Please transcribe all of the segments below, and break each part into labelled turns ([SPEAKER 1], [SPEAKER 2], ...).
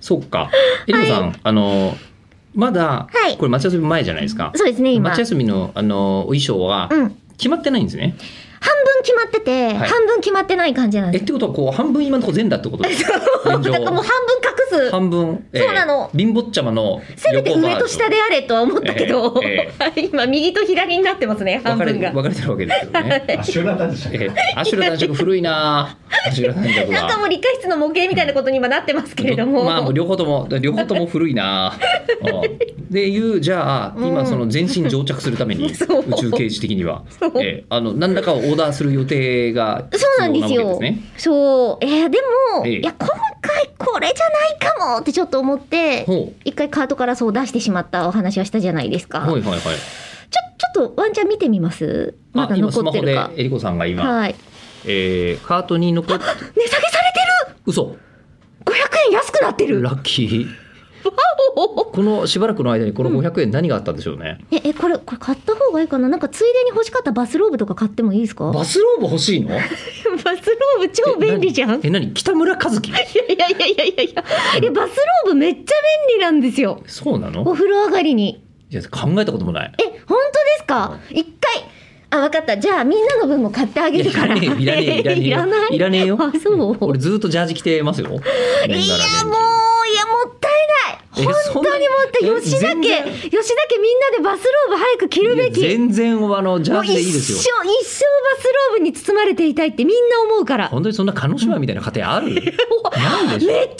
[SPEAKER 1] そっか。えりこさん、あの、まだ、
[SPEAKER 2] はい
[SPEAKER 1] これ夏休み前じゃないですか。
[SPEAKER 2] そうですね、今。
[SPEAKER 1] 夏休みの、あの、お衣装は
[SPEAKER 2] う、ん。
[SPEAKER 1] 決まってないんですね。
[SPEAKER 2] 半分決まってて、
[SPEAKER 1] はい
[SPEAKER 2] 半分決まってない感じなん
[SPEAKER 1] え、
[SPEAKER 2] で
[SPEAKER 1] っ
[SPEAKER 2] す。
[SPEAKER 1] てことは、こう、半分今のとこ全裸ってことですか
[SPEAKER 2] だ
[SPEAKER 1] 現
[SPEAKER 2] からも
[SPEAKER 1] 状。
[SPEAKER 2] う半分隠す。
[SPEAKER 1] 半分、
[SPEAKER 2] そうなの
[SPEAKER 1] 貧乏ちゃまの
[SPEAKER 2] せめて上と下
[SPEAKER 1] で
[SPEAKER 2] であれとは思ったけど、
[SPEAKER 1] え
[SPEAKER 2] 今右と左になってますね、半
[SPEAKER 1] 分かれ
[SPEAKER 2] 分が。
[SPEAKER 1] 分かれてるわけですよね。
[SPEAKER 3] あ、集団なんでしたっ
[SPEAKER 1] え
[SPEAKER 3] け
[SPEAKER 1] ー、アシュラ男爵古いなぁアシュラ男爵
[SPEAKER 2] なんか
[SPEAKER 1] は。
[SPEAKER 2] もう理科室の模型みたいなことに今なってますけれども。
[SPEAKER 1] まあもう両方とも両方とも古いな ぁうんでいうじゃあ
[SPEAKER 2] う
[SPEAKER 1] 今
[SPEAKER 2] ん
[SPEAKER 1] その全身蒸着するために宇
[SPEAKER 2] そう
[SPEAKER 1] 宙刑事的には
[SPEAKER 2] そう、
[SPEAKER 1] えーあの何らかをオーダーする予定が必
[SPEAKER 2] そうな
[SPEAKER 1] 要
[SPEAKER 2] んです
[SPEAKER 1] な
[SPEAKER 2] よ。
[SPEAKER 1] わけですね。
[SPEAKER 2] そう。えーでも、
[SPEAKER 1] ええ
[SPEAKER 2] いや、今回これじゃないかもってちょっと思って、
[SPEAKER 1] ほう
[SPEAKER 2] 一回カートからそう出してしまったお話はしたじゃないですか。ち
[SPEAKER 1] は
[SPEAKER 2] ょ、
[SPEAKER 1] いはいはい。
[SPEAKER 2] ちょっとワンチャン見てみますま
[SPEAKER 1] あ
[SPEAKER 2] だ
[SPEAKER 1] 今ス
[SPEAKER 2] 残
[SPEAKER 1] マ
[SPEAKER 2] って
[SPEAKER 1] ホ
[SPEAKER 2] る
[SPEAKER 1] で
[SPEAKER 2] か。
[SPEAKER 1] えりこさんが今、
[SPEAKER 2] はい。
[SPEAKER 1] えーカートに残っ
[SPEAKER 2] 値下げされてる
[SPEAKER 1] 嘘
[SPEAKER 2] !500 円安くなってる
[SPEAKER 1] ラッキー
[SPEAKER 2] おおお
[SPEAKER 1] このしばらくの間にこの500円何があったんでしょうね。
[SPEAKER 2] え、え、これ、これ買った方がいいかななんかついでに欲しかったバスローブとか買ってもいいですかバ
[SPEAKER 1] バスローブ欲しいの？
[SPEAKER 2] スローブ超便利じゃん
[SPEAKER 1] え何北村一輝？
[SPEAKER 2] いやいやいやいやいやいや、バスローブめっちゃ便利なんですよ。
[SPEAKER 1] そうな
[SPEAKER 2] お
[SPEAKER 1] の？
[SPEAKER 2] 風呂上がりに。
[SPEAKER 1] いや考えたこともない。
[SPEAKER 2] え、本当ですか一回。あ、わかった。じゃあ、みんなの分も買ってあげるから。
[SPEAKER 1] いやいらねえいらねえい
[SPEAKER 2] い
[SPEAKER 1] ら
[SPEAKER 2] ら
[SPEAKER 1] ね
[SPEAKER 2] な
[SPEAKER 1] え
[SPEAKER 2] い。
[SPEAKER 1] いらねえよ
[SPEAKER 2] あ、そう。
[SPEAKER 1] 俺ずっとジャージ着てますよ。いやも
[SPEAKER 2] いや、もう、いや、もったい
[SPEAKER 1] え
[SPEAKER 2] ない。
[SPEAKER 1] そ
[SPEAKER 2] 本
[SPEAKER 1] んな
[SPEAKER 2] 当にもったいない。
[SPEAKER 1] え
[SPEAKER 2] 吉田家、
[SPEAKER 1] 全
[SPEAKER 2] 吉田家
[SPEAKER 1] 然
[SPEAKER 2] みんなでバスローブ早く着るべき。
[SPEAKER 1] 全然あのジャ
[SPEAKER 2] も
[SPEAKER 1] ー
[SPEAKER 2] う
[SPEAKER 1] ジ
[SPEAKER 2] 一
[SPEAKER 1] でいいですよ。
[SPEAKER 2] 生、一生バスローブに包まれていたいってみんな思うから。
[SPEAKER 1] 本当にそんな鹿児島みたいな家庭ある？なん
[SPEAKER 2] め
[SPEAKER 1] でしょう。
[SPEAKER 2] ちゃめちゃいいんで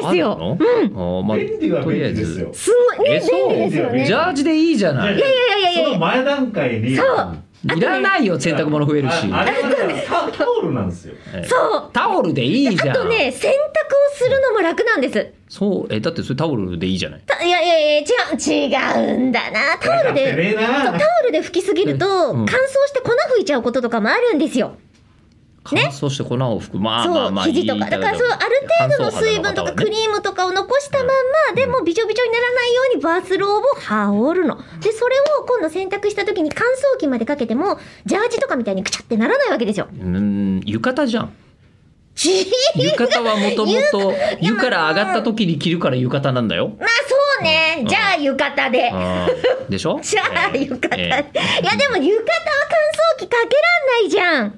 [SPEAKER 2] す
[SPEAKER 1] あ
[SPEAKER 2] よ。
[SPEAKER 1] るの？うん。まあ
[SPEAKER 3] 便利は
[SPEAKER 1] と
[SPEAKER 3] 便
[SPEAKER 1] りあえ
[SPEAKER 3] 利です
[SPEAKER 1] ず
[SPEAKER 3] よ。
[SPEAKER 2] すごい。
[SPEAKER 1] え
[SPEAKER 2] ね、
[SPEAKER 1] そう
[SPEAKER 2] 便利ですよね。
[SPEAKER 1] ジャージでいいじゃない。
[SPEAKER 3] いや
[SPEAKER 2] いやいやいやいや
[SPEAKER 3] その前段階に。
[SPEAKER 2] そう。
[SPEAKER 1] いらないよ洗濯物増えるし。
[SPEAKER 3] ああれは ねタタオルなんですよ。
[SPEAKER 1] え
[SPEAKER 2] そう。
[SPEAKER 1] タオルでいいじゃ
[SPEAKER 2] あ
[SPEAKER 1] ん。
[SPEAKER 2] とね、洗濯をするのも楽なんです。
[SPEAKER 1] そうえだってそれタオルでいいじゃない。
[SPEAKER 2] たいやいやいや、違う、違うんだな。タオル
[SPEAKER 3] やってね
[SPEAKER 2] で、
[SPEAKER 3] え
[SPEAKER 2] そう
[SPEAKER 3] な
[SPEAKER 2] タオルで拭きすぎると、
[SPEAKER 1] うん
[SPEAKER 2] 乾燥して粉吹いちゃうこととかもあるんですよ。
[SPEAKER 1] 乾燥して粉を含む。まあまあ
[SPEAKER 2] そう、
[SPEAKER 1] まあ
[SPEAKER 2] 生地とか。だから、そう、ある程度の水分とかクリームとかを残したまんま、でもびちょびちょにならないようにバスローブを羽織るの。で、それを今度洗濯した時に乾燥機までかけても、ジャージとかみたいにくちゃってならないわけで すよ。
[SPEAKER 1] うーん浴衣じ ゃん
[SPEAKER 2] ち
[SPEAKER 1] 浴衣はもともと湯
[SPEAKER 2] ゆ
[SPEAKER 1] から上がった時に着るから浴衣なんだよ。
[SPEAKER 2] まあそうね。じゃあ浴衣で。
[SPEAKER 1] あーでしょ
[SPEAKER 2] じゃあ浴衣、
[SPEAKER 1] えー
[SPEAKER 2] いやでも浴衣は乾燥機かけらんないじゃん、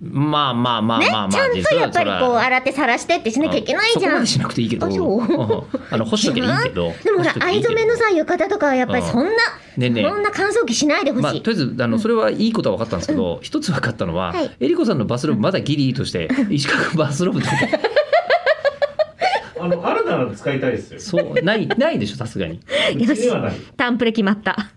[SPEAKER 1] まあまあまあまあまあ、
[SPEAKER 2] ちゃんとやっぱりこう
[SPEAKER 1] 実は
[SPEAKER 2] 洗って晒してってしなきゃいけない
[SPEAKER 1] そ
[SPEAKER 2] じ
[SPEAKER 1] こ
[SPEAKER 2] ゃ
[SPEAKER 1] ま
[SPEAKER 2] ん
[SPEAKER 1] でしなくていいけど
[SPEAKER 2] あそう
[SPEAKER 1] うんあの干しときゃいいけど
[SPEAKER 2] でもほ
[SPEAKER 1] 干
[SPEAKER 2] ら
[SPEAKER 1] しときゃい
[SPEAKER 2] 藍
[SPEAKER 1] いけど
[SPEAKER 2] 染めのさ浴衣とかはやっぱりそんな、
[SPEAKER 1] ねえねえ
[SPEAKER 2] そんな乾燥機しないでほしい、
[SPEAKER 1] まあ、とりあえずあのそれはいいことは分かったんですけど、一つ分かったのは、
[SPEAKER 2] はい
[SPEAKER 1] えりこさんのバスローブまだギリいいとして石川君バスローブとか
[SPEAKER 3] あのあるなら使いたいですよ。
[SPEAKER 1] そうないないでしょさすがに
[SPEAKER 3] うちにはない。
[SPEAKER 2] タンプレ決まった